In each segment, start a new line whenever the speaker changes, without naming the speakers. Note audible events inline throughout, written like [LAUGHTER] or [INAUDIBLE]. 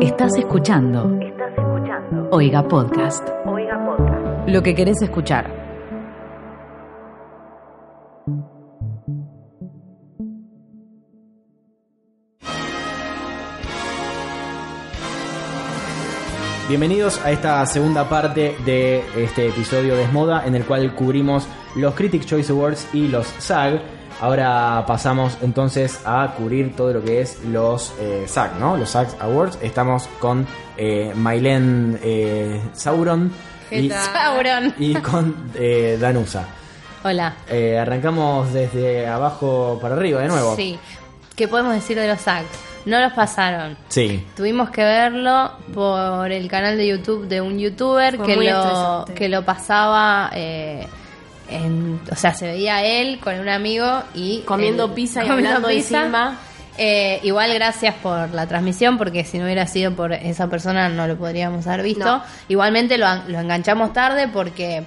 Estás escuchando. Estás escuchando. Oiga Podcast. Oiga Podcast. Lo que querés escuchar.
Bienvenidos a esta segunda parte de este episodio de Esmoda, en el cual cubrimos los Critic Choice Awards y los SAG. Ahora pasamos entonces a cubrir todo lo que es los eh, SAG, ¿no? Los SAG Awards. Estamos con eh, Mailen eh, Sauron y,
Sauron.
[LAUGHS] y con eh, Danusa.
Hola.
Eh, arrancamos desde abajo para arriba de nuevo.
Sí. ¿Qué podemos decir de los acts? No los pasaron.
Sí.
Tuvimos que verlo por el canal de YouTube de un youtuber
Fue
que
muy
lo,
estresante.
que lo pasaba. eh, en- o sea, se veía él con un amigo y.
Comiendo
él-
pizza y hablando encima.
Eh, igual gracias por la transmisión, porque si no hubiera sido por esa persona no lo podríamos haber visto.
No.
Igualmente lo, an- lo enganchamos tarde porque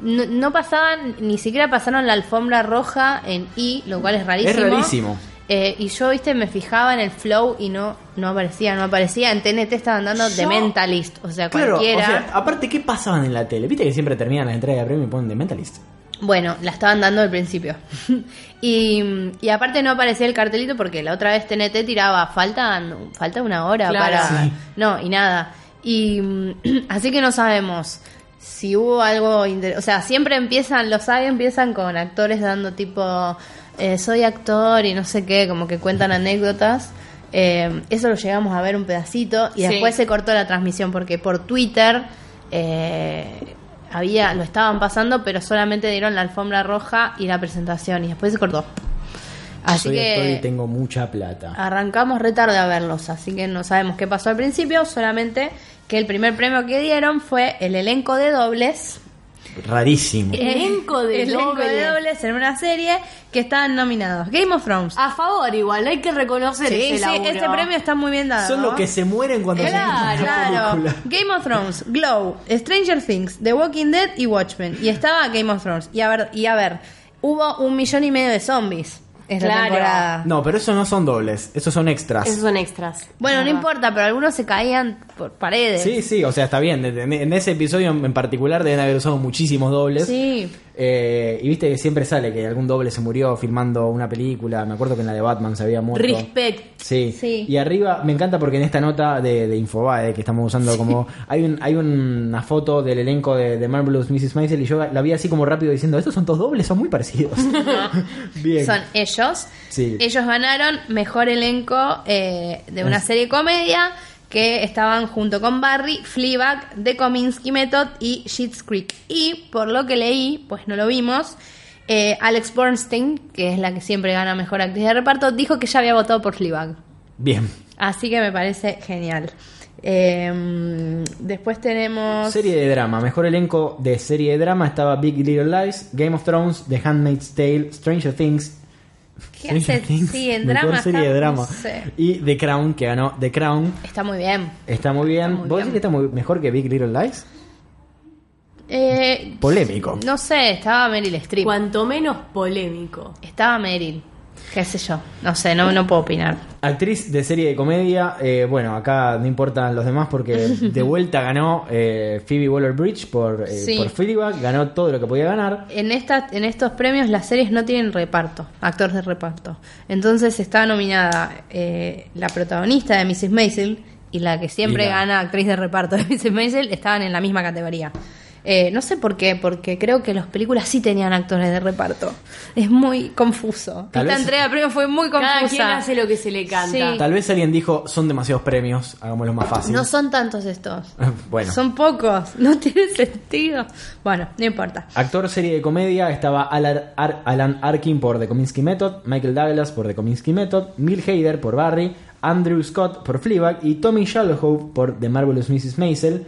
no, no pasaban, ni siquiera pasaron la alfombra roja en I, lo cual es rarísimo.
Es rarísimo.
Eh, y yo, viste, me fijaba en el flow y no, no aparecía, no aparecía. En TNT estaban dando The
Yo-
Mentalist, o sea,
Claro, o
cualquiera.
sea, aparte, ¿qué pasaban en la tele? Viste que siempre terminan las entregas de premio y ponen The Mentalist.
Bueno, la estaban dando al principio. [LAUGHS] y, y aparte no aparecía el cartelito porque la otra vez TNT tiraba, faltan, falta una hora
Claro.
para...
Sí.
No, y nada. Y [CLEARS THROAT] mm, así que no sabemos si hubo algo... inter- O sea, siempre empiezan, los hay empiezan con actores dando tipo, eh, soy actor y no sé qué, como que cuentan anécdotas. Eh, eso lo llegamos a ver un pedacito y
Sí.
después se cortó la transmisión porque por Twitter eh, había lo estaban pasando, pero solamente dieron la alfombra roja y la presentación y después se cortó. Así
Soy actor y
que Ah.
tengo mucha plata.
arrancamos re tarde a verlos, así que no sabemos qué pasó al principio, solamente que el primer premio que dieron fue el elenco de dobles.
Rarísimo.
Eh, [LAUGHS]
Elenco de
elenco de
dobles.
dobles en una serie que estaban nominados. Game of Thrones.
A favor, igual, hay que reconocer
Sí,
Ah, ese
sí,
laburo.
este premio está muy bien dado.
Son los que se mueren cuando se estrenan la
Claro,
película.
Game of Thrones, Glow, Stranger Things, The Walking Dead y Watchmen. Y estaba Game of Thrones. Y a ver, y a ver hubo un millón y medio de zombies esta
Claro.
temporada.
No, pero esos no son dobles, esos son extras.
Esos son extras.
Bueno, no
Ajá.
importa, pero algunos se caían por paredes.
Sí, sí, o sea, está bien. En en ese episodio en particular deben haber usado muchísimos dobles.
Sí.
Eh, y viste que siempre sale que algún doble se murió filmando una película. Me acuerdo que en la de Batman se había muerto.
Respect.
Sí.
Sí.
Y arriba, me encanta porque en esta nota de, de Infobae que estamos usando como... Hay, un, hay una foto del elenco de, de Marvelous Mrs. Maisel y yo la vi así como rápido diciendo, estos son todos dobles, son muy
[LAUGHS]
parecidos. [LAUGHS] Bien.
Son ellos.
Sí.
Ellos ganaron mejor elenco eh, de una
Es-
serie comedia que estaban junto con Barry, Fleabag, The Kominsky Method y Schitt's Creek. Y por lo que leí, pues no lo vimos, eh, Alex Bernstein, que es la que siempre gana mejor actriz de reparto, dijo que ya había votado por Fleabag.
Bien.
Así que me parece genial. Eh, después tenemos...
Serie de drama. Mejor elenco de serie de drama estaba Big Little Lies, Game of Thrones, The Handmaid's Tale, Stranger Things.
¿Qué hace? Sí, en drama.
Mejor serie
está-
de drama.
no sé.
Y The Crown, que ganó The Crown.
Está muy bien.
Está muy bien.
muy
¿Vos
bien.
decís que está muy- mejor que Big Little Lies?
Eh,
Polémico.
No sé, estaba Meryl Streep.
Cuanto menos polémico.
Estaba Meryl. Qué sé yo. No sé, no, no puedo opinar.
Actriz de serie de comedia. eh, bueno, acá no importan los demás
[LAUGHS]
porque de vuelta ganó eh, Phoebe Waller-Bridge por, eh,
Sí.
por Fleabag. Ganó todo lo que podía ganar.
En, esta, en estos premios las series no tienen reparto, actores de reparto. Entonces está nominada eh, la protagonista de Mrs. Maisel y la que siempre
Y la-
gana actriz de reparto de Mrs. Maisel estaban en la misma categoría. Eh, no sé por qué, porque creo que las películas sí tenían actores de reparto. Es muy confuso.
Tal
Esta
vez-
entrega de premios fue muy confusa.
Cada quien hace lo que se le canta.
Sí.
Tal vez alguien dijo, son demasiados premios, hagámoslo más fácil.
No son tantos estos.
[LAUGHS] bueno.
Son pocos, [LAUGHS] no tiene sentido. Bueno, no importa.
Actor serie de comedia estaba Alan, Ar- Alan Arkin por The Kominsky Method, Michael Douglas por The Kominsky Method, Mill Hader por Barry, Andrew Scott por Fleabag y Tommy Shalhoub por The Marvelous Mrs. Maisel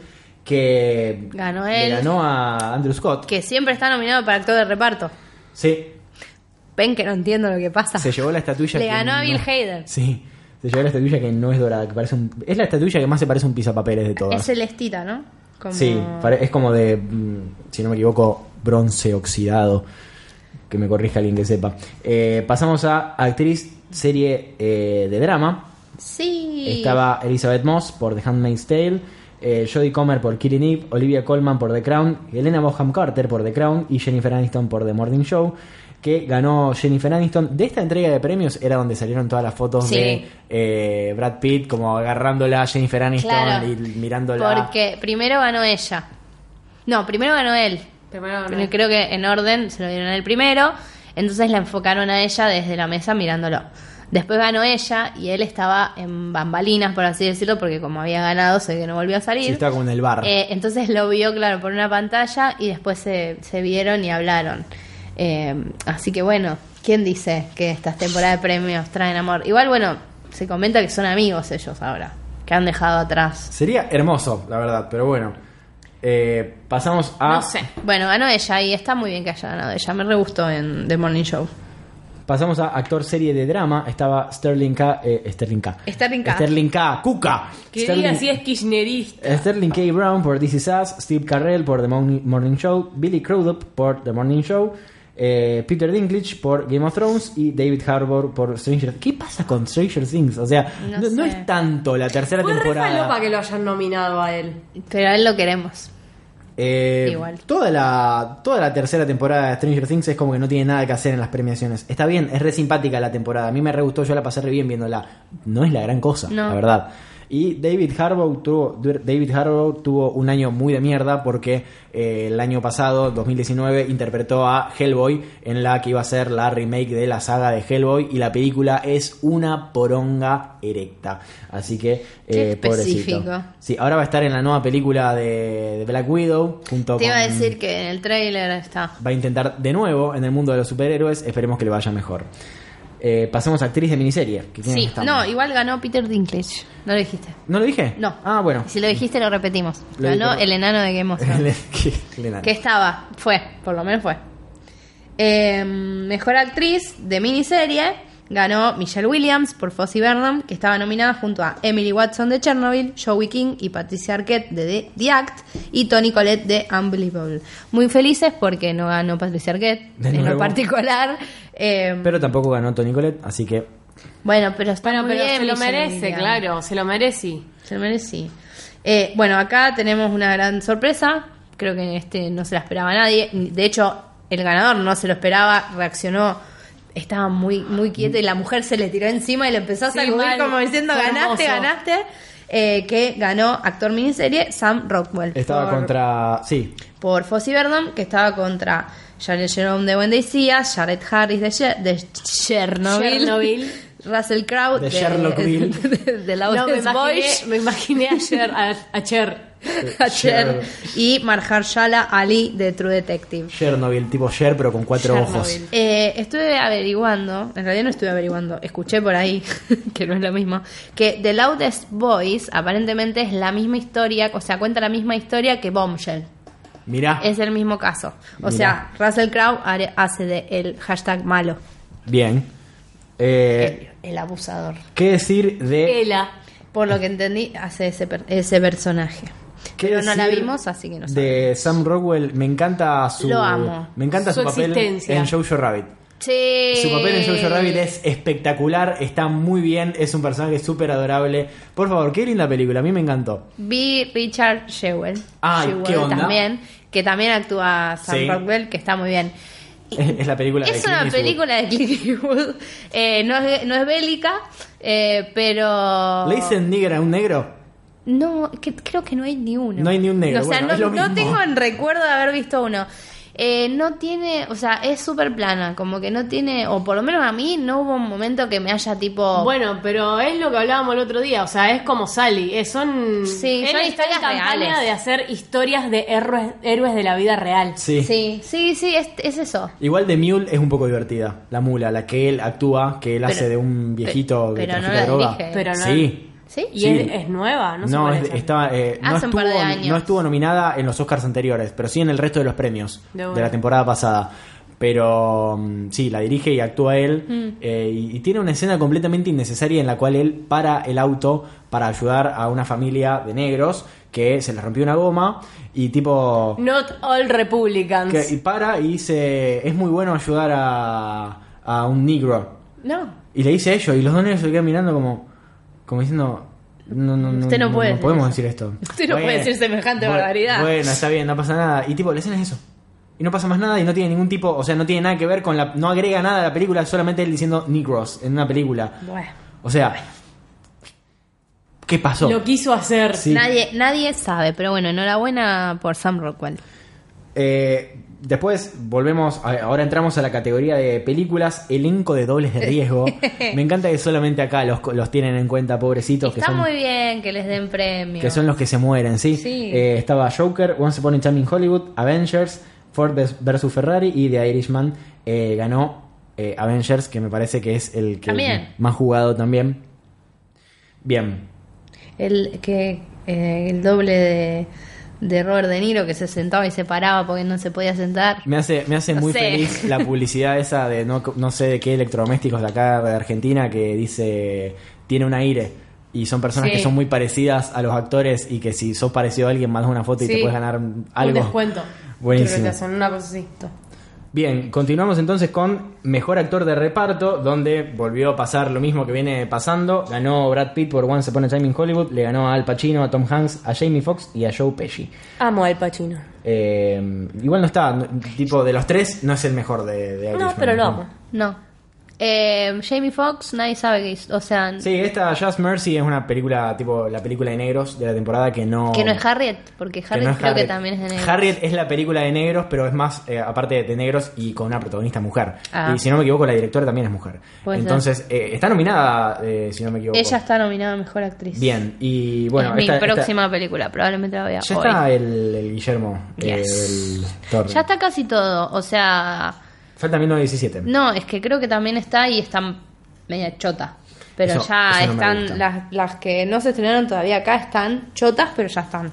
que
Ganó
le
él.
ganó a Andrew Scott.
Que siempre está nominado para actor de reparto.
Sí,
Ven que no entiendo lo que pasa.
se llevó la estatuilla.
Le
que
ganó a
no-
Bill Hader.
Sí, se llevó la estatuilla que no es dorada, que parece un- es la estatuilla que más se parece a un pisapapeles de todas.
Es celestita, ¿no? Como-
Sí, pare- es como de, mm, si no me equivoco, bronce oxidado. Que me corrija alguien que sepa. Eh, pasamos a actriz serie eh, de drama.
Sí.
Estaba Elizabeth Moss por The Handmaid's Tale, eh, Jodie Comer por Killing Eve, Olivia Colman por The Crown, Elena Boham Carter por The Crown y Jennifer Aniston por The Morning Show, que ganó Jennifer Aniston. De esta entrega de premios era donde salieron todas las fotos
Sí.
de eh, Brad Pitt como agarrándola a Jennifer Aniston
Claro.
y mirándola.
Porque primero ganó ella. No, primero ganó él.
Primero
Pero Creo que en orden se lo dieron a él primero. Entonces la enfocaron a ella desde la mesa mirándolo. Después ganó ella y él estaba en bambalinas, por así decirlo, porque como había ganado, sé que no volvió a salir.
Sí, estaba como en el bar.
Eh, entonces lo vio, claro, por una pantalla y después se, se vieron y hablaron. Eh, así que bueno, ¿quién dice que estas temporadas de premios traen amor? Igual, bueno, se comenta que son amigos ellos ahora, que han dejado atrás.
Sería hermoso, la verdad, pero bueno. Eh, pasamos a.
Ah.
No sé.
Bueno, ganó ella y está muy bien que haya ganado ella. Me re gustó en The Morning Show.
Pasamos a actor serie de drama. Estaba Sterling K. eh, Sterling K.
Sterling K.
Sterling K. Cuca.
Que
Sterling-
diga si es kirchnerista.
Sterling K. Brown por This Is Us, Steve Carrell por The Morning Morning Show, Billy Crudup por The Morning Show, eh, Peter Dinklage por Game of Thrones y David Harbour por Stranger ¿Qué pasa con Stranger Things? O sea, no,
No
no
sé.
es tanto la tercera
Fue re
temporada.
falopa que lo hayan nominado a él.
Pero a él lo queremos.
Eh,
Igual.
Toda la, toda la tercera temporada de Stranger Things es como que no tiene nada que hacer en las premiaciones. Está bien, es re simpática la temporada. A mí me re gustó, yo la pasé re bien viéndola. No es la gran cosa,
No.
la verdad. Y David Harbour tuvo, David Harbour tuvo un año muy de mierda porque eh, el año pasado, 2019, interpretó a Hellboy en la que iba a ser la remake de la saga de Hellboy y la película es una poronga erecta. Así que,
Qué
eh, pobrecito.
específico.
Sí, ahora va a estar en la nueva película de, de Black Widow. Junto
Te iba a
con-
decir que en el tráiler está.
Va a intentar de nuevo en el mundo de los superhéroes. Esperemos que le vaya mejor. Eh, pasemos a actriz de miniserie. que tiene
Sí,
esta-
no, igual ganó Peter Dinklage. No lo dijiste.
¿No lo dije?
No.
Ah, bueno.
Si lo dijiste, lo repetimos.
Lo
Ganó
dije.
el enano de
[LAUGHS]
Game of Thrones.
Elena.
Que estaba, fue, por lo menos fue. Eh, mejor actriz de miniserie ganó Michelle Williams por Fossey Burnham, que estaba nominada junto a Emily Watson de Chernobyl, Joey King y Patricia Arquette de The, The Act y Tony Collette de Unbelievable. Muy felices porque no ganó Patricia Arquette
De
en
nuevo.
lo particular. eh,
Pero tampoco ganó Tony Colette, así que
bueno, pero está
Bueno,
muy
pero
bien
se lo
Michelle
merece,
Williams.
claro. Se lo merece.
Se lo merece. sí. Eh, bueno, acá tenemos una gran sorpresa. Creo que este no se la esperaba nadie. De hecho, el ganador no se lo esperaba, reaccionó. Estaba muy, muy quieto y la mujer se le tiró encima y le empezó a
Sí,
sacudir
mal.
como diciendo,
Fue
ganaste,
hermoso".
ganaste. Eh, que ganó actor miniserie Sam Rockwell.
estaba
por,
contra. Sí,
Por Fossey Verdon, que estaba contra Janet Jerome de Bendicía, Jared Harris de, Che- de Chernobyl,
Chernobyl.
[LAUGHS] Russell Crowe
De Sherlockville.
[LAUGHS] de, de, de
No,
Lawrence
me imaginé,
Boyce.
me imaginé a Cher. A, a Cher.
[LAUGHS] a Cher y Mahershala Ali de True Detective.
Chernobyl, tipo Cher, pero con cuatro
Chernobyl.
ojos.
Eh, estuve averiguando, en realidad no estuve averiguando, escuché por ahí, [LAUGHS] que no es lo mismo, que The Loudest Voice aparentemente es la misma historia, o sea, cuenta la misma historia que Bombshell.
Mirá.
Es el mismo caso. O sea, Russell Crowe are- hace de el hashtag malo,
Bien. Eh,
el abusador.
¿Qué decir
Eh.
de.
Ela.
Por lo que entendí, hace ese, per- ese personaje.
¿Qué
Pero no la
decir
vimos, así que no
De Sam Rockwell, me encanta su.
Lo amo.
Me encanta su,
Su
papel
existencia.
en Jojo Rabbit.
Sí.
Su papel en
Eh.
Jojo Rabbit es espectacular, está muy bien, es un personaje súper adorable. Por favor, qué linda película, a mí me encantó. [LAUGHS]
Vi Richard Jewell.
Ay, ¿qué onda?
también, que también actúa Sam
Sí.
Rockwell, que está muy bien.
Es, es la película de
es una
Clint Eastwood.
película de Clint Eastwood. [LAUGHS] Eh, no, es, no es bélica, eh, pero...
¿Le dicen nigger a un negro?
No, que, creo que no hay ni uno.
No hay ni un negro,
O sea,
bueno,
no-
es lo
no,
mismo.
tengo en recuerdo de haber visto uno. Eh, no tiene, o sea, es súper plana, como que no tiene, o por lo menos a mí no hubo un momento que me haya tipo...
Bueno, pero es lo que hablábamos el otro día, o sea, es como Sally, es- son,
Sí,
él
son
está en
historias
campaña
reales.
de hacer historias de héroes, héroes de la vida real.
Sí.
sí, sí, sí, es, es eso.
Igual de Mule es un poco divertida, la mula, la que él actúa, que él hace de un viejito que
pero no
trafica
la
droga.
dirige.
Pero no-
Sí.
¿Sí?
Y
Sí.
Es, es nueva, no, sé
No,
cuál
es-
es.
estaba, eh, no
Hace un par de
estuvo-
años.
no estuvo nominada en los Oscars anteriores, pero sí en el resto de los premios
De
de,
una.
la temporada pasada. Pero mm, sí, la dirige y actúa él. eh, y, y tiene una escena completamente innecesaria en la cual él para el auto para ayudar a una familia de negros que se les rompió una goma y tipo...
Not all Republicans.
que- y para y dice, es muy bueno ayudar a, a un negro.
No.
Y le dice ello, y los dos negros se quedan mirando como... como diciendo. No, no, no,
Usted no puede decir
podemos
eso.
decir esto.
[LAUGHS] Usted no puede decir semejante
bueno,
barbaridad.
Bueno, está bien, no pasa nada. Y tipo, la escena es eso. Y no pasa más nada y no tiene ningún tipo, o sea, no tiene nada que ver con la. No agrega nada a la película, solamente él diciendo Negros en una película.
Bueno.
O sea. ¿Qué pasó?
Lo quiso hacer.
Sí.
Nadie, nadie sabe, pero bueno, enhorabuena por Sam Rockwell.
Eh, después volvemos, a- ahora entramos a la categoría de películas, elenco de dobles de
[LAUGHS]
riesgo. Me encanta que solamente acá los, los tienen en cuenta, pobrecitos, que
Está
son,
muy bien que les den premio.
que son los que se mueren, ¿sí?
Sí.
Eh, estaba Joker, Once Upon a Time in Hollywood, Avengers, Ford vs versus Ferrari y The Irishman eh, ganó eh, Avengers, que me parece que es el que
También.
más jugado también. Bien,
El, que, eh, el doble de, de Robert De Niro que se sentaba y se paraba porque no se podía sentar.
Me hace, me hace
No
muy
sé. [LAUGHS]
feliz la publicidad esa de no, no sé de qué electrodomésticos de acá de Argentina que dice tiene un aire y son personas
Sí.
que son muy parecidas a los actores y que si sos parecido a alguien más una foto y te
Sí.
puedes ganar
Un
algo.
descuento.
Buenísimo.
Creo que te hacen una cosa así.
Bien, continuamos entonces con Mejor Actor de Reparto, donde volvió a pasar lo mismo que viene pasando. Ganó Brad Pitt por Once Upon a Time in Hollywood, le ganó a Al Pacino, a Tom Hanks, a Jamie Foxx y a Joe Pesci.
Amo al Pacino.
Eh, igual no está, no- tipo de los tres no es el mejor de, de
No,
Irishman,
pero lo amo.
No. Eh, Jamie Foxx, nadie sabe que hizo- O sea,
Sí, esta Just Mercy es una película, tipo la película de negros de la temporada que no.
que no es Harriet, porque
que
Harriet
no es
creo que
Harriet.
también es de negro.
Harriet es la película de negros, pero es más, eh, aparte de negros y con una protagonista mujer.
Ah.
Y si no me equivoco, la directora también es mujer.
Puede ser.
Entonces, eh, está nominada, eh, si no me equivoco.
Ella está nominada a Mejor Actriz.
Bien, y bueno,
es mi
esta- esta-
próxima película, probablemente la vea
ya
hoy.
está el, el Guillermo, eh,
Yes.
el Torre.
Ya está casi todo, o sea,
Falta 1917.
no, es que creo que también está y están media chota. Pero
Eso-
ya
eso no me gusta.
están, las, las que no se estrenaron todavía acá están chotas, pero ya están.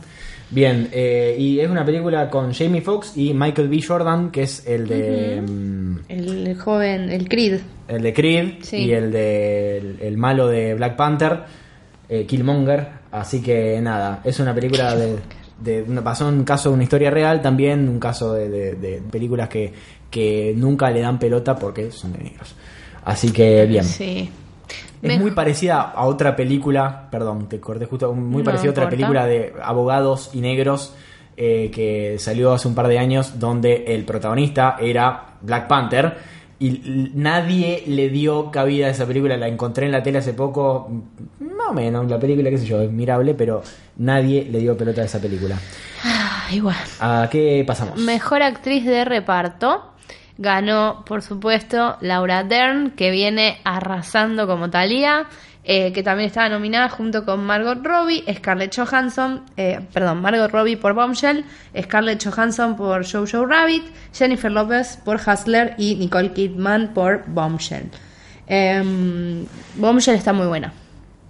Bien, eh, y es una película con Jamie Foxx y Michael B. Jordan, que es el de. mm,
El, el joven, el Creed.
El de Creed
Sí.
y el de el, el malo de Black Panther, eh, Killmonger. Así que nada, es una película de, de una, pasó un caso de una historia real, también un caso de, de- de películas que, que nunca le dan pelota porque son de negros. Así que bien.
Sí.
Es
Me-
muy parecida a otra película, perdón, te corté justo, muy
No
parecida a otra
importa.
película de abogados y negros eh, que salió hace un par de años donde el protagonista era Black Panther y l- nadie le dio cabida a esa película, la encontré en la tele hace poco, mm, más o menos, la película, qué sé yo, es mirable, pero nadie le dio pelota a esa película.
Ay, bueno.
¿A qué pasamos?
Mejor actriz de reparto. Ganó, por supuesto, Laura Dern, que viene arrasando como Thalía, eh, que también estaba nominada junto con Margot Robbie, Scarlett Johansson, eh, perdón, Margot Robbie por Bombshell, Scarlett Johansson por Jojo Rabbit, Jennifer Lopez por Hustler y Nicole Kidman por Bombshell. Em, Bombshell está muy buena,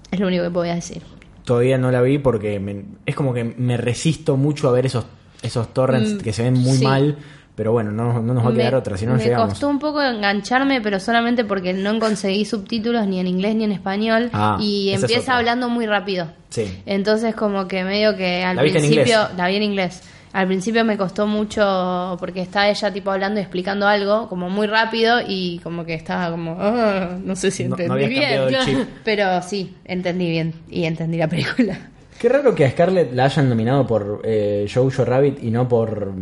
es lo único que voy a decir.
Todavía no la vi porque me- es como que me resisto mucho a ver esos, esos torrents que se ven muy
Mm, sí.
mal. Pero bueno, no, no nos va a quedar
me,
otra, si no no
me
llegamos.
costó un poco engancharme, pero solamente porque no conseguí subtítulos ni en inglés ni en español
Ah,
y
esa es
empieza
otra.
hablando muy rápido.
Sí.
Entonces como que medio que al
¿La viste en
principio
inglés?
la vi en inglés. Al principio me costó mucho porque está ella tipo hablando y explicando algo como muy rápido y como que estaba como "Ah, no sé si
No- no
entendí
habías
bien,
cambiado el chip.
[LAUGHS] pero sí entendí bien y entendí
[LAUGHS]
la película.
Qué raro que a Scarlett la hayan nominado por eh, Jojo Rabbit y no por.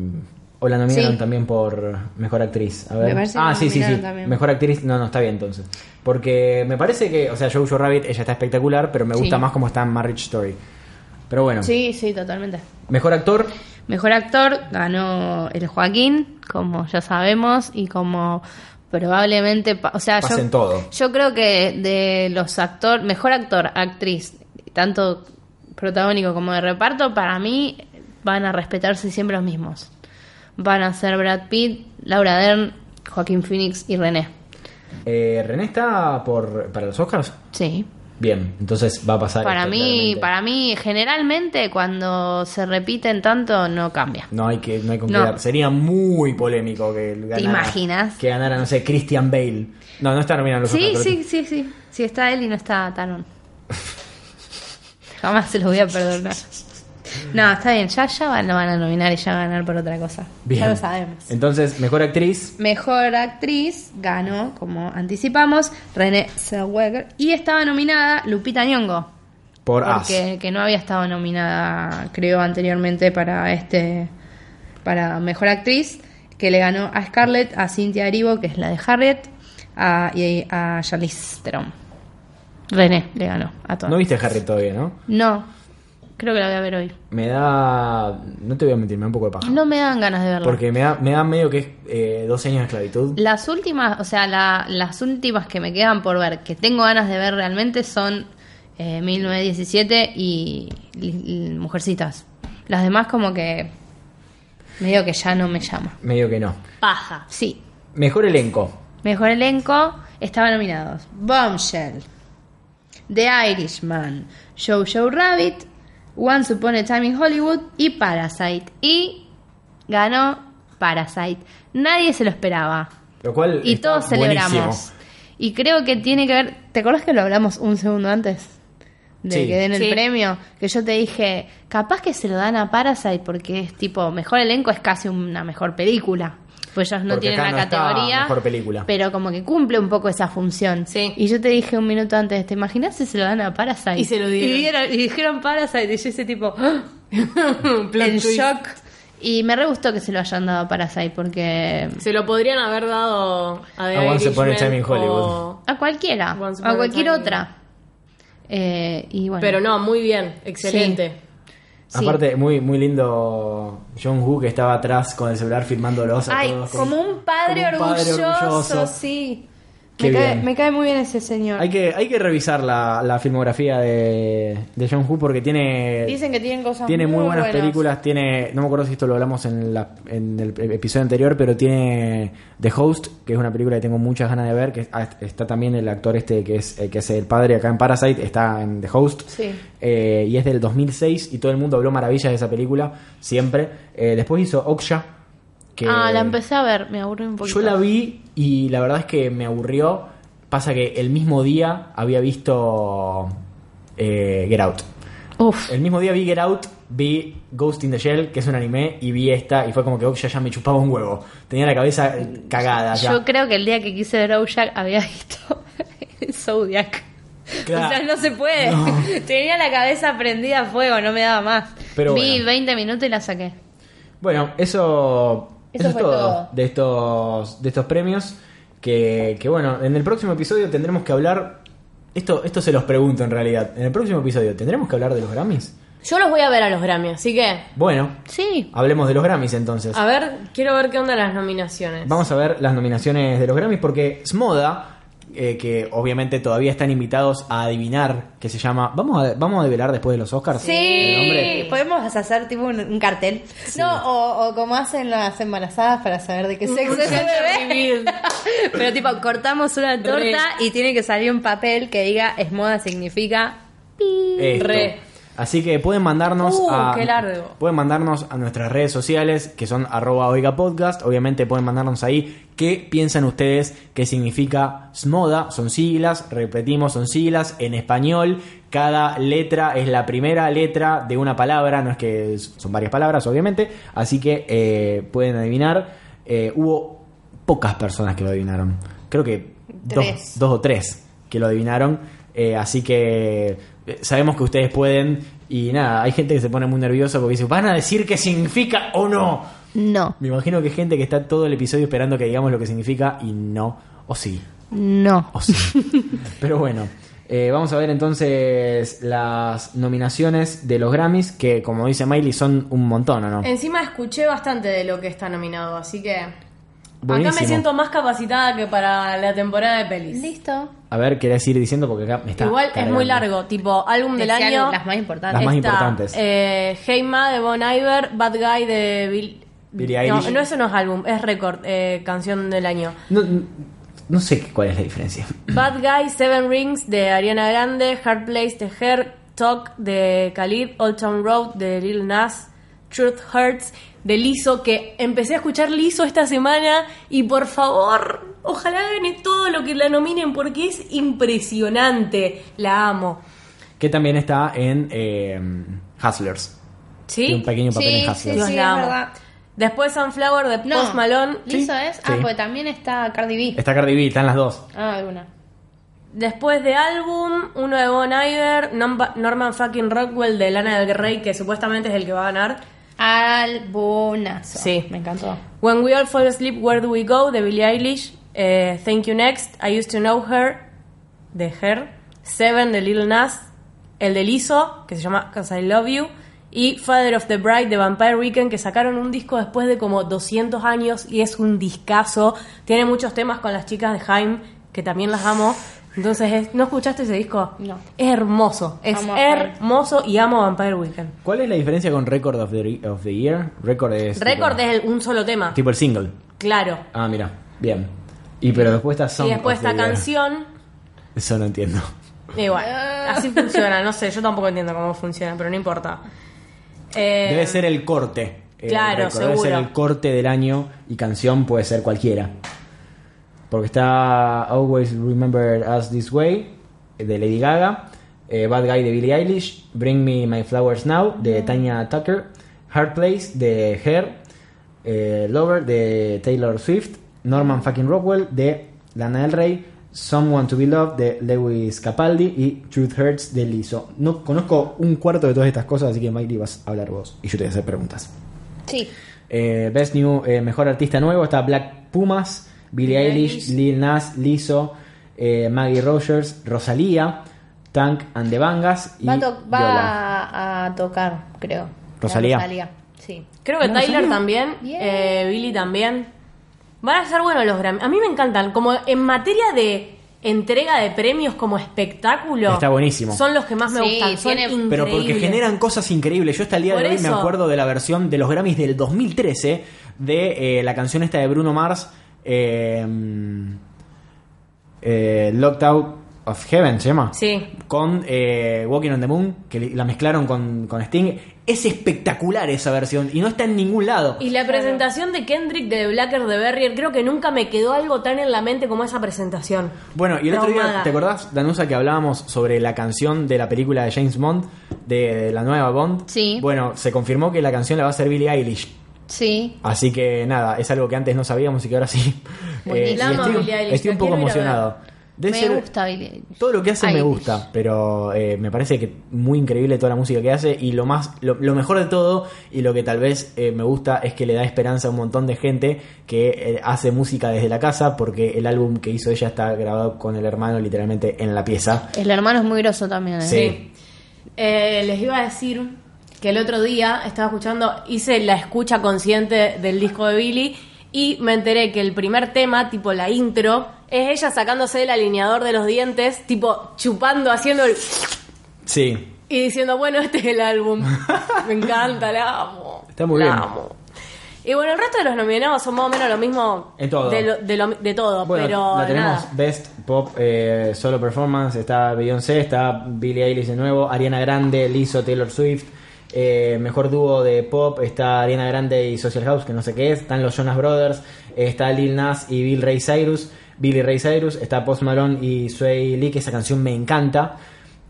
O la nominaron
Sí.
también por Mejor Actriz. A ver.
Me parece que
ah,
la
sí, sí, sí.
nominaron también.
Mejor Actriz. No, no, está bien entonces. Porque me parece que. O sea, Jojo Rabbit, ella está espectacular, pero me gusta
Sí.
más cómo está en Marriage Story. Pero bueno.
Sí, sí, totalmente.
Mejor actor.
Mejor actor ganó el Joaquín, como ya sabemos, y como probablemente, pa- o sea,
Pasen
yo,
todo.
yo creo que de los actores, mejor actor, actriz, tanto protagónico como de reparto, para mí van a respetarse siempre los mismos. Van a ser Brad Pitt, Laura Dern, Joaquín Phoenix y René.
Eh, René está por, para los Oscars.
Sí.
Bien, entonces va a pasar.
Para
esto,
mí,
claramente.
para mí, generalmente cuando se repiten tanto no cambia.
No hay que no hay con qué
No.
dar. Sería muy polémico que ganara.
imaginas?
Que ganara, no sé, Christian Bale. No, no está nominado a los
Sí,
Oscars, pero-
sí, sí, sí. Si está él y no está Taron. Jamás se los voy a perdonar. No, está bien, ya, ya van, lo van a nominar y ya van a ganar por otra cosa. Ya lo sabemos.
Entonces, mejor actriz.
Mejor actriz ganó, como anticipamos, Renée Zellweger y estaba nominada Lupita Nyong'o.
Por As.
Porque que no había estado nominada, creo, anteriormente para este para mejor actriz, que le ganó a Scarlett, a Cynthia Erivo, que es la de Harriet, a, y a Charlize Theron. René le ganó a todas.
No viste Harry todavía, ¿no?
No, creo que la voy a ver hoy.
Me da. No te voy a mentir, me da un poco de paja.
No me dan ganas de verla.
Porque me da, me da medio que es eh, 12 años de esclavitud.
Las últimas, o sea, la- las últimas que me quedan por ver, que tengo ganas de ver realmente, son eh, 1917 y, y- y Mujercitas. Las demás como que medio que ya no me llama.
Medio que no.
[LAUGHS]
Paja.
Sí,
Mejor elenco.
mejor elenco estaban nominados Bombshell, The Irishman, Show Show Rabbit, Once Upon a Time in Hollywood y Parasite. Y ganó Parasite. Nadie se lo esperaba.
Lo cual.
Y
está
todos celebramos.
buenísimo.
Y creo que tiene que ver. ¿Te acuerdas que lo hablamos un segundo antes? De
Sí.
que den el
Sí.
premio. Que yo te dije, capaz que se lo dan a Parasite porque es tipo, mejor elenco es casi una mejor película. Pues ellos no
Porque
tienen
acá
la
no está
categoría.
mejor película.
Pero como que cumple un poco esa función.
Sí.
Y yo te dije un minuto antes, ¿te imaginas si se lo dan a Parasite?
Y se lo dieron.
Y, y dijeron Parasite. Y yo ese tipo, [GASPS] ¡ah!
Plot
en
twist.
shock. Y me re gustó que se lo hayan dado a Parasite porque
Se lo podrían haber dado a The
A Once Upon a
Irishman
Time in Hollywood.
o-
A cualquiera.
Once
o a
Upon a
cualquier
Time.
otra. Eh, y bueno.
Pero no, muy bien, excelente.
sí.
Aparte, muy, muy lindo John Woo que estaba atrás con el celular filmándolos. a
Ay,
todos con-
como un padre,
como un padre
orgulloso,
orgulloso.
sí.
Qué
Me cae,
bien.
me cae muy bien ese señor.
Hay que, hay que revisar la, la filmografía de, de John Woo porque tiene.
Dicen que tienen cosas
Tiene muy, buenas
buenas.
películas, tiene, no me acuerdo si esto lo hablamos en, la- en el episodio anterior, pero tiene The Host, que es una película que tengo muchas ganas de ver, que es- ah, está también el actor este que es eh, que es el padre acá en Parasite, está en The Host,
Sí.
Eh, y es del 2006 y todo el mundo habló maravillas de esa película, siempre. Eh, después hizo Oksha, que
Ah, la empecé a ver, me aburrí un poquito.
yo la vi y la verdad es que me aburrió, pasa que el mismo día había visto eh, Get Out.
Uf.
El mismo día vi Get Out, vi Ghost in the Shell, que es un anime, y vi esta, y fue como que oh, ya, ya me chupaba un huevo. Tenía la cabeza eh, cagada ya.
Mm, Yo creo que el día que quise ver Jack había [LAUGHS] visto Zodiac.
Claro.
O sea, no se puede.
No.
[LAUGHS] Tenía la cabeza prendida a fuego, no me daba más.
Pero
Vi
bueno.
20 minutos y la saqué.
Bueno, eso, eso, es
fue
todo,
todo.
de estos de estos premios. Que, que bueno, en el próximo episodio tendremos que hablar. Esto, esto se los pregunto en realidad. En el próximo episodio, ¿tendremos que hablar de los Grammys?
Yo los voy a ver a los Grammy, así que,
Bueno,
Sí,
hablemos de los Grammys entonces.
a ver, quiero ver qué onda las nominaciones.
Vamos a ver las nominaciones de los Grammys porque Smoda, eh, que obviamente todavía están invitados a adivinar, que se llama. Vamos a, vamos a develar después de los Oscars. el nombre.
Sí, podemos hacer tipo un, un cartel. No, o, o como hacen las embarazadas para saber de qué sexo es el bebé. Pero tipo, cortamos una torta
Re.
y tiene que salir un papel que diga es moda significa...
Esto.
Re.
Así que pueden mandarnos
Uh,
a
qué largo.
pueden mandarnos a nuestras redes sociales que son arroba oiga podcast. Obviamente pueden mandarnos ahí qué piensan ustedes que significa SMODA. Son siglas, repetimos, son siglas en español. Cada letra es la primera letra de una palabra, no es que s- son varias palabras, obviamente. Así que eh, pueden adivinar. Eh, hubo pocas personas que lo adivinaron. Creo que dos-
Tres.
dos o tres que lo adivinaron. Eh, así que eh, sabemos que ustedes pueden. Y nada, hay gente que se pone muy nerviosa porque dice, ¿van a decir qué significa o no?
No,
Me imagino que hay gente que está todo el episodio esperando que digamos lo que significa y no, o sí,
no.
[LAUGHS]
o sí. Pero bueno, eh, vamos a ver entonces las nominaciones de los Grammys, que como dice Miley son un montón, ¿o no?
Encima escuché bastante de lo que está nominado, así que acá
Buenísimo.
me siento más capacitada que para la temporada de pelis.
Listo.
A ver, querés ir diciendo porque acá me está...
Igual es
cargando.
muy largo, tipo álbum del
Decí
año.
algo, las más importantes.
Las más
está,
importantes.
Eh, hey Ma de Bon Iver, Bad Guy de Bill.
Billie
no,
Eilish.
no, eso no es álbum, es récord, eh, canción del año.
No, no sé cuál es la diferencia. [LAUGHS]
Bad Guy, Seven Rings de Ariana Grande, Hard Place de Her, Talk de Khalid, Old Town Road de Lil Nas, Truth Hurts de Lizzo, que empecé a escuchar Lizzo esta semana y por favor, ojalá gane todo lo que la nominen porque es impresionante, la amo.
que también está en eh, em, Hustlers.
¿Sí?
y un pequeño papel
Sí,
en
sí,
Half-Life.
Dios
sí,
la
es
ama.
verdad.
Después Sunflower de
No.
Post Malone.
Sí,
¿Liso es? Ah,
sí.
pues también está Cardi B.
Está Cardi B, están las dos.
Ah, alguna.
Después de álbum, uno de Bon Iver, Nom- Norman fucking Rockwell de Lana del Rey, que supuestamente es el que va a ganar.
Albunazo.
Sí.
Me encantó.
When We All Fall Asleep, Where Do We Go de Billie Eilish. Eh, Thank You Next, I Used to Know Her de Her. Seven de Lil Nas. El de Lizzo, que se llama Cause I Love You. Y Father of the Bride de Vampire Weekend, que sacaron un disco después de como 200 años y es un discazo. Tiene muchos temas con las chicas de Haim, que también las amo. Entonces, es- ¿no escuchaste ese disco?
No.
Es hermoso. Es
Amo a Haim.
hermoso y amo Vampire Weekend.
¿Cuál es la diferencia con Record of the, of the Year? Record es.
Record
tipo,
es el- un solo tema.
Tipo el single.
Claro.
Ah, mira. Bien. Y pero después está Song
Y después
of the
esta
Year.
canción.
Eso no entiendo.
Igual, así funciona, no sé, yo tampoco entiendo cómo funciona, pero no importa. Eh,
Debe ser el corte. el
claro,
récord. Debe ser
seguro.
el corte del año y canción puede ser cualquiera. Porque está Always Remember Us This Way de Lady Gaga, eh, Bad Guy de Billie Eilish, Bring Me My Flowers Now de Tanya Tucker, Hard Place de Her, eh, Lover de Taylor Swift, Norman Fucking Rockwell de Lana Del Rey, Someone to Be Loved de Lewis Capaldi y Truth Hurts de Lizzo. No conozco un cuarto de todas estas cosas, así que Miley vas a hablar vos y yo te voy a hacer preguntas.
Sí.
Eh, Best New, eh, Mejor Artista Nuevo, está Black Pumas, Billie
Billie
Eilish,
Eilish.
Lil Nas, Lizzo, eh, Maggie Rogers, Rosalía, Tank and the Bangas y
Va, a, to- va
Yola.
a- a tocar, creo. La
Rosalía.
Rosalía. Sí.
creo que Tyler también,
Bien.
eh, Billy también. Van a ser buenos los Grammy. A mí me encantan, como en materia de entrega de premios como espectáculo.
Está buenísimo.
Son los que más me
Sí,
gustan, son
tiene-
Pero porque
increíbles.
generan cosas increíbles. Yo hasta el día
Por
de hoy me
eso.
acuerdo de la versión de los Grammys del 2013 de eh, la canción esta de Bruno Mars, eh, eh, Locked Out of Heaven, se llama.
Sí.
con eh, Walking on the Moon, que le- la mezclaron con, con Sting. Es espectacular esa versión y no está en ningún lado.
Y la presentación de Kendrick de Blacker de Barrier, creo que nunca me quedó algo tan en la mente como esa presentación.
Bueno, y el otro día,
Traumada.
¿te acordás, Danusa, que hablábamos sobre la canción de la película de James Bond, de, de la nueva Bond?
Sí.
Bueno, se confirmó que la canción la va a hacer Billie Eilish.
Sí.
Así que nada, es algo que antes no sabíamos y que ahora sí.
Buenísimo.
Eh, y
La amo a
estoy,
Billie Eilish,
estoy un
la
poco
quiero ir a ver.
emocionado. Debe
me
ser-
gusta Billie Eilish.
Todo lo que hace me
Eilish.
gusta, pero eh, me parece que muy increíble toda la música que hace y lo más lo, lo mejor de todo y lo que tal vez eh, me gusta es que le da esperanza a un montón de gente que eh, hace música desde la casa porque el álbum que hizo ella está grabado con el hermano literalmente en la pieza.
El hermano es muy groso también. ¿eh?
Sí.
Eh, les iba a decir que el otro día estaba escuchando, hice la escucha consciente del disco de Billy y me enteré que el primer tema, tipo la intro, es ella sacándose el alineador de los dientes, tipo chupando, haciendo el...
Sí.
y diciendo, bueno, este es el álbum. Me encanta, la amo.
Está muy
la
bien.
amo. Y bueno, el resto de los nominados son más o menos lo mismo
En todo.
De, lo- de lo- de todo,
Bueno,
pero
la tenemos
nada.
Best Pop eh, Solo Performance, está Beyoncé, está Billie Eilish de nuevo, Ariana Grande, Lizzo, Taylor Swift, eh, mejor dúo de pop, está Ariana Grande y Social House, que no sé qué es, están los Jonas Brothers, está Lil Nas y Bill Ray Cyrus, Billy Ray Cyrus, está Post Malone y Sway Lee, que esa canción me encanta.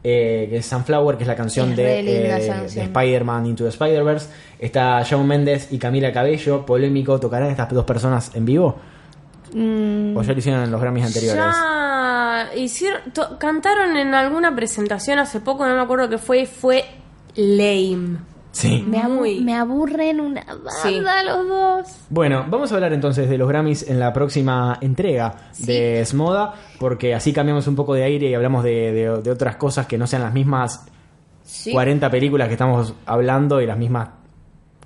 eh, que es Sunflower, que es la canción
Es
de,
re linda
eh,
esa
de
canción.
Spider-Man Into the Spider-Verse. Está Shawn Mendes y Camila Cabello. Polémico, ¿tocarán estas dos personas en vivo? O Pues ya lo hicieron en los Grammys anteriores.
Ya hicieron, to- cantaron en alguna presentación hace poco, no me acuerdo qué fue, y fue lame.
Sí.
Me, abu-
Muy.
me aburren una banda
Sí.
los dos.
Bueno, vamos a hablar entonces de los Grammys en la próxima entrega de Smoda, porque así cambiamos un poco de aire y hablamos de, de- de otras cosas que no sean las mismas
Sí.
40 películas que estamos hablando y las mismas,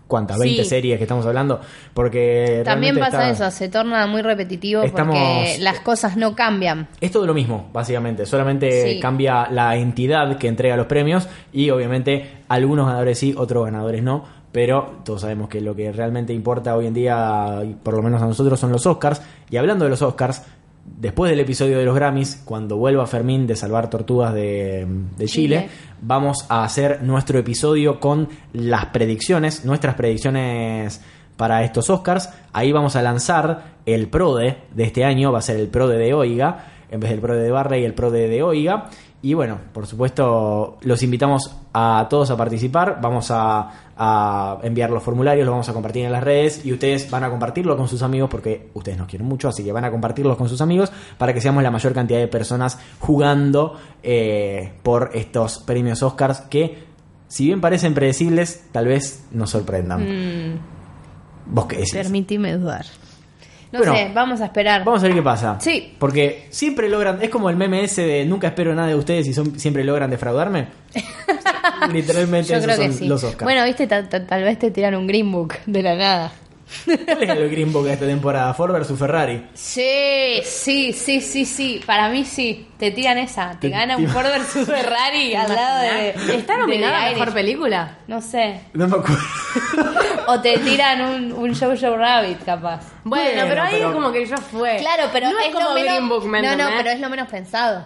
¿cuántas? 20
Sí.
series que estamos hablando, porque...
También
realmente
pasa
está-
eso, se torna muy repetitivo porque
Estamos-
las cosas no cambian.
Es todo lo mismo, básicamente. Solamente
Sí.
cambia la entidad que entrega los premios y obviamente algunos ganadores sí, otros ganadores no. Pero todos sabemos que lo que realmente importa hoy en día, y por lo menos a nosotros, son los Oscars. Y hablando de los Oscars, después del episodio de los Grammys, cuando vuelva Fermín de Salvar Tortugas de, de Chile,
Chile.
vamos a hacer nuestro episodio con las predicciones, nuestras predicciones para estos Oscars. Ahí vamos a lanzar el PRODE de este año, va a ser el PRODE de Oiga, en vez del PRODE de Barra y el PRODE de Oiga. Y bueno, por supuesto, los invitamos a todos a participar. Vamos a, a enviar los formularios, los vamos a compartir en las redes y ustedes van a compartirlo con sus amigos porque ustedes nos quieren mucho, así que van a compartirlos con sus amigos para que seamos la mayor cantidad de personas jugando eh, por estos premios Oscars que, si bien parecen predecibles, tal vez nos sorprendan.
Mm,
¿Vos qué decís?
permitime dudar. No
Bueno,
sé, vamos a esperar.
Vamos a ver qué pasa.
Sí.
Porque siempre logran. Es como el meme ese de nunca espero nada de ustedes y son, siempre logran
[LAUGHS]
defraudarme. Literalmente,
Yo
esos
creo que
son
sí.
los Oscars.
Bueno, viste, ta- ta- tal vez te tiran un Green Book de la nada.
¿Cuál es el Green Book de esta temporada? Ford versus Ferrari.
Sí, sí, sí, sí, sí. Para mí sí. Te tiran esa. Te
Te-
gana
te-
un Ford versus [LAUGHS] Ferrari al lado de.
¿Está nominada
de
a
The
mejor
Irish.
película?
No sé.
No me acuerdo.
O te tiran un, un Jojo Rabbit, capaz.
Bueno,
Bueno,
pero ahí
pero-
es como que yo fue.
Claro, pero
no
es,
es, como
lo menos.
Green Book, ¿me
no, no,
entendés?
pero es lo menos pensado.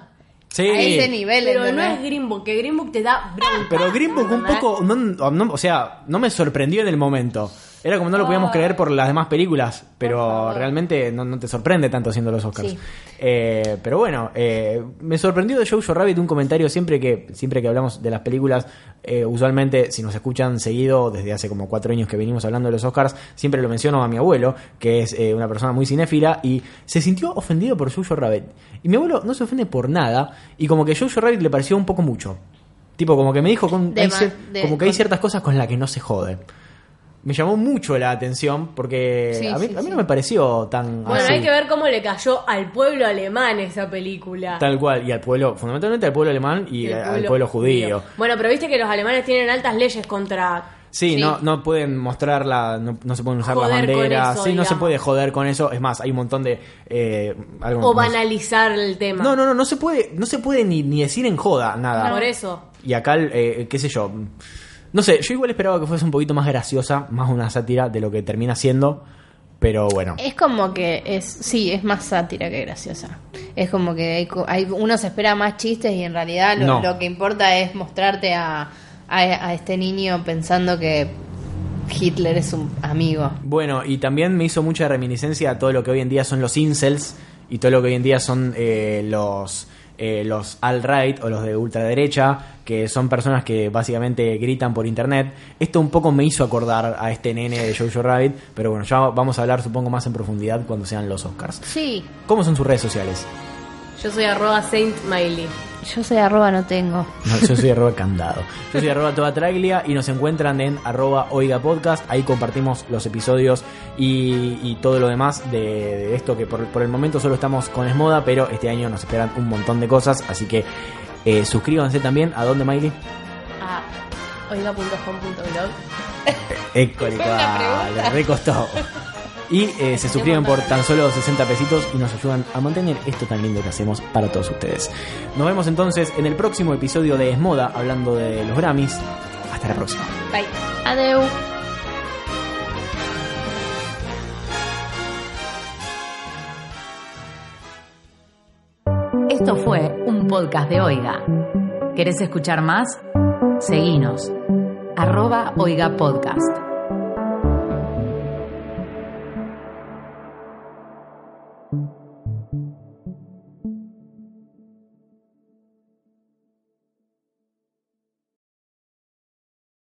Sí.
[LAUGHS] A ese nivel,
Pero no
¿entendés?
es Green Book, que Green Book te da bronca.
Pero Green Book un poco. No, no- o sea, no me sorprendió en el momento. Era como no lo podíamos creer por las demás películas. Pero realmente no, no te sorprende tanto siendo los Oscars.
Sí.
Eh, pero bueno, eh, me sorprendió de Jojo Rabbit un comentario siempre que, siempre que hablamos de las películas. eh, usualmente, si nos escuchan seguido, desde hace como cuatro años que venimos hablando de los Oscars, siempre lo menciono a mi abuelo, que es eh, una persona muy cinéfila, y se sintió ofendido por Jojo Rabbit. Y mi abuelo no se ofende por nada, y como que Jojo Rabbit le pareció un poco mucho. Tipo, como que me dijo, con,
De
hay
ma-
cier-
de-
como que hay
con-
ciertas cosas con las que no se jode. Me llamó mucho la atención porque
Sí,
a, mí,
sí,
a mí
sí.
no me pareció tan
Bueno,
así.
hay que ver cómo le cayó al pueblo alemán esa película.
Tal cual, y al pueblo, fundamentalmente al pueblo alemán y
El
al pueblo, judío.
Bueno, pero viste que los alemanes tienen altas leyes contra.
Sí,
Sí.
No, no pueden mostrar la, no, no se pueden usar las
Joder con
banderas,
eso,
sí, no se
digamos.
puede joder con eso, es más, hay un montón de eh, algo-
o
no sé.
banalizar el tema.
No, no, no, no se puede, no se puede ni, ni decir en joda nada.
Por eso.
Y acá, eh, qué sé yo. No sé, yo igual esperaba que fuese un poquito más graciosa, más una sátira de lo que termina siendo. Pero bueno.
Es como que es. Sí, es más sátira que graciosa. Es como que hay, co- hay- uno se espera más chistes y en realidad lo,
No.
lo que importa es mostrarte a, a, a este niño pensando que Hitler es un amigo.
Bueno, y también me hizo mucha reminiscencia a todo lo que hoy en día son los incels y todo lo que hoy en día son eh, los eh, los alt-right o los de ultraderecha, que son personas que básicamente gritan por internet. Esto un poco me hizo acordar a este nene de Jojo Rabbit, pero bueno, ya vamos a hablar supongo más en profundidad cuando sean los Oscars.
Sí,
¿Cómo son sus redes sociales?
Yo soy arroba Saint Miley.
yo soy arroba, no tengo.
No, yo soy arroba candado. Yo soy arroba toda traglia y nos encuentran en arroba oiga podcast. Ahí compartimos los episodios y, y todo lo demás de, de esto que por, por el momento solo estamos con Esmoda, pero este año nos esperan un montón de cosas. Así que eh, suscríbanse también. ¿A dónde, Miley?
A oiga.com.blog.
École,
Fue una
cual,
pregunta.
re costó. Y eh, se suscriben por tan solo 60 pesitos y nos ayudan a mantener esto tan lindo que hacemos para todos ustedes. Nos vemos entonces en el próximo episodio de Esmoda hablando de los Grammys. Hasta la próxima.
Bye. Adeu.
Esto fue un podcast de Oiga. ¿Querés escuchar más? Seguinos. Arroba Oiga Podcast.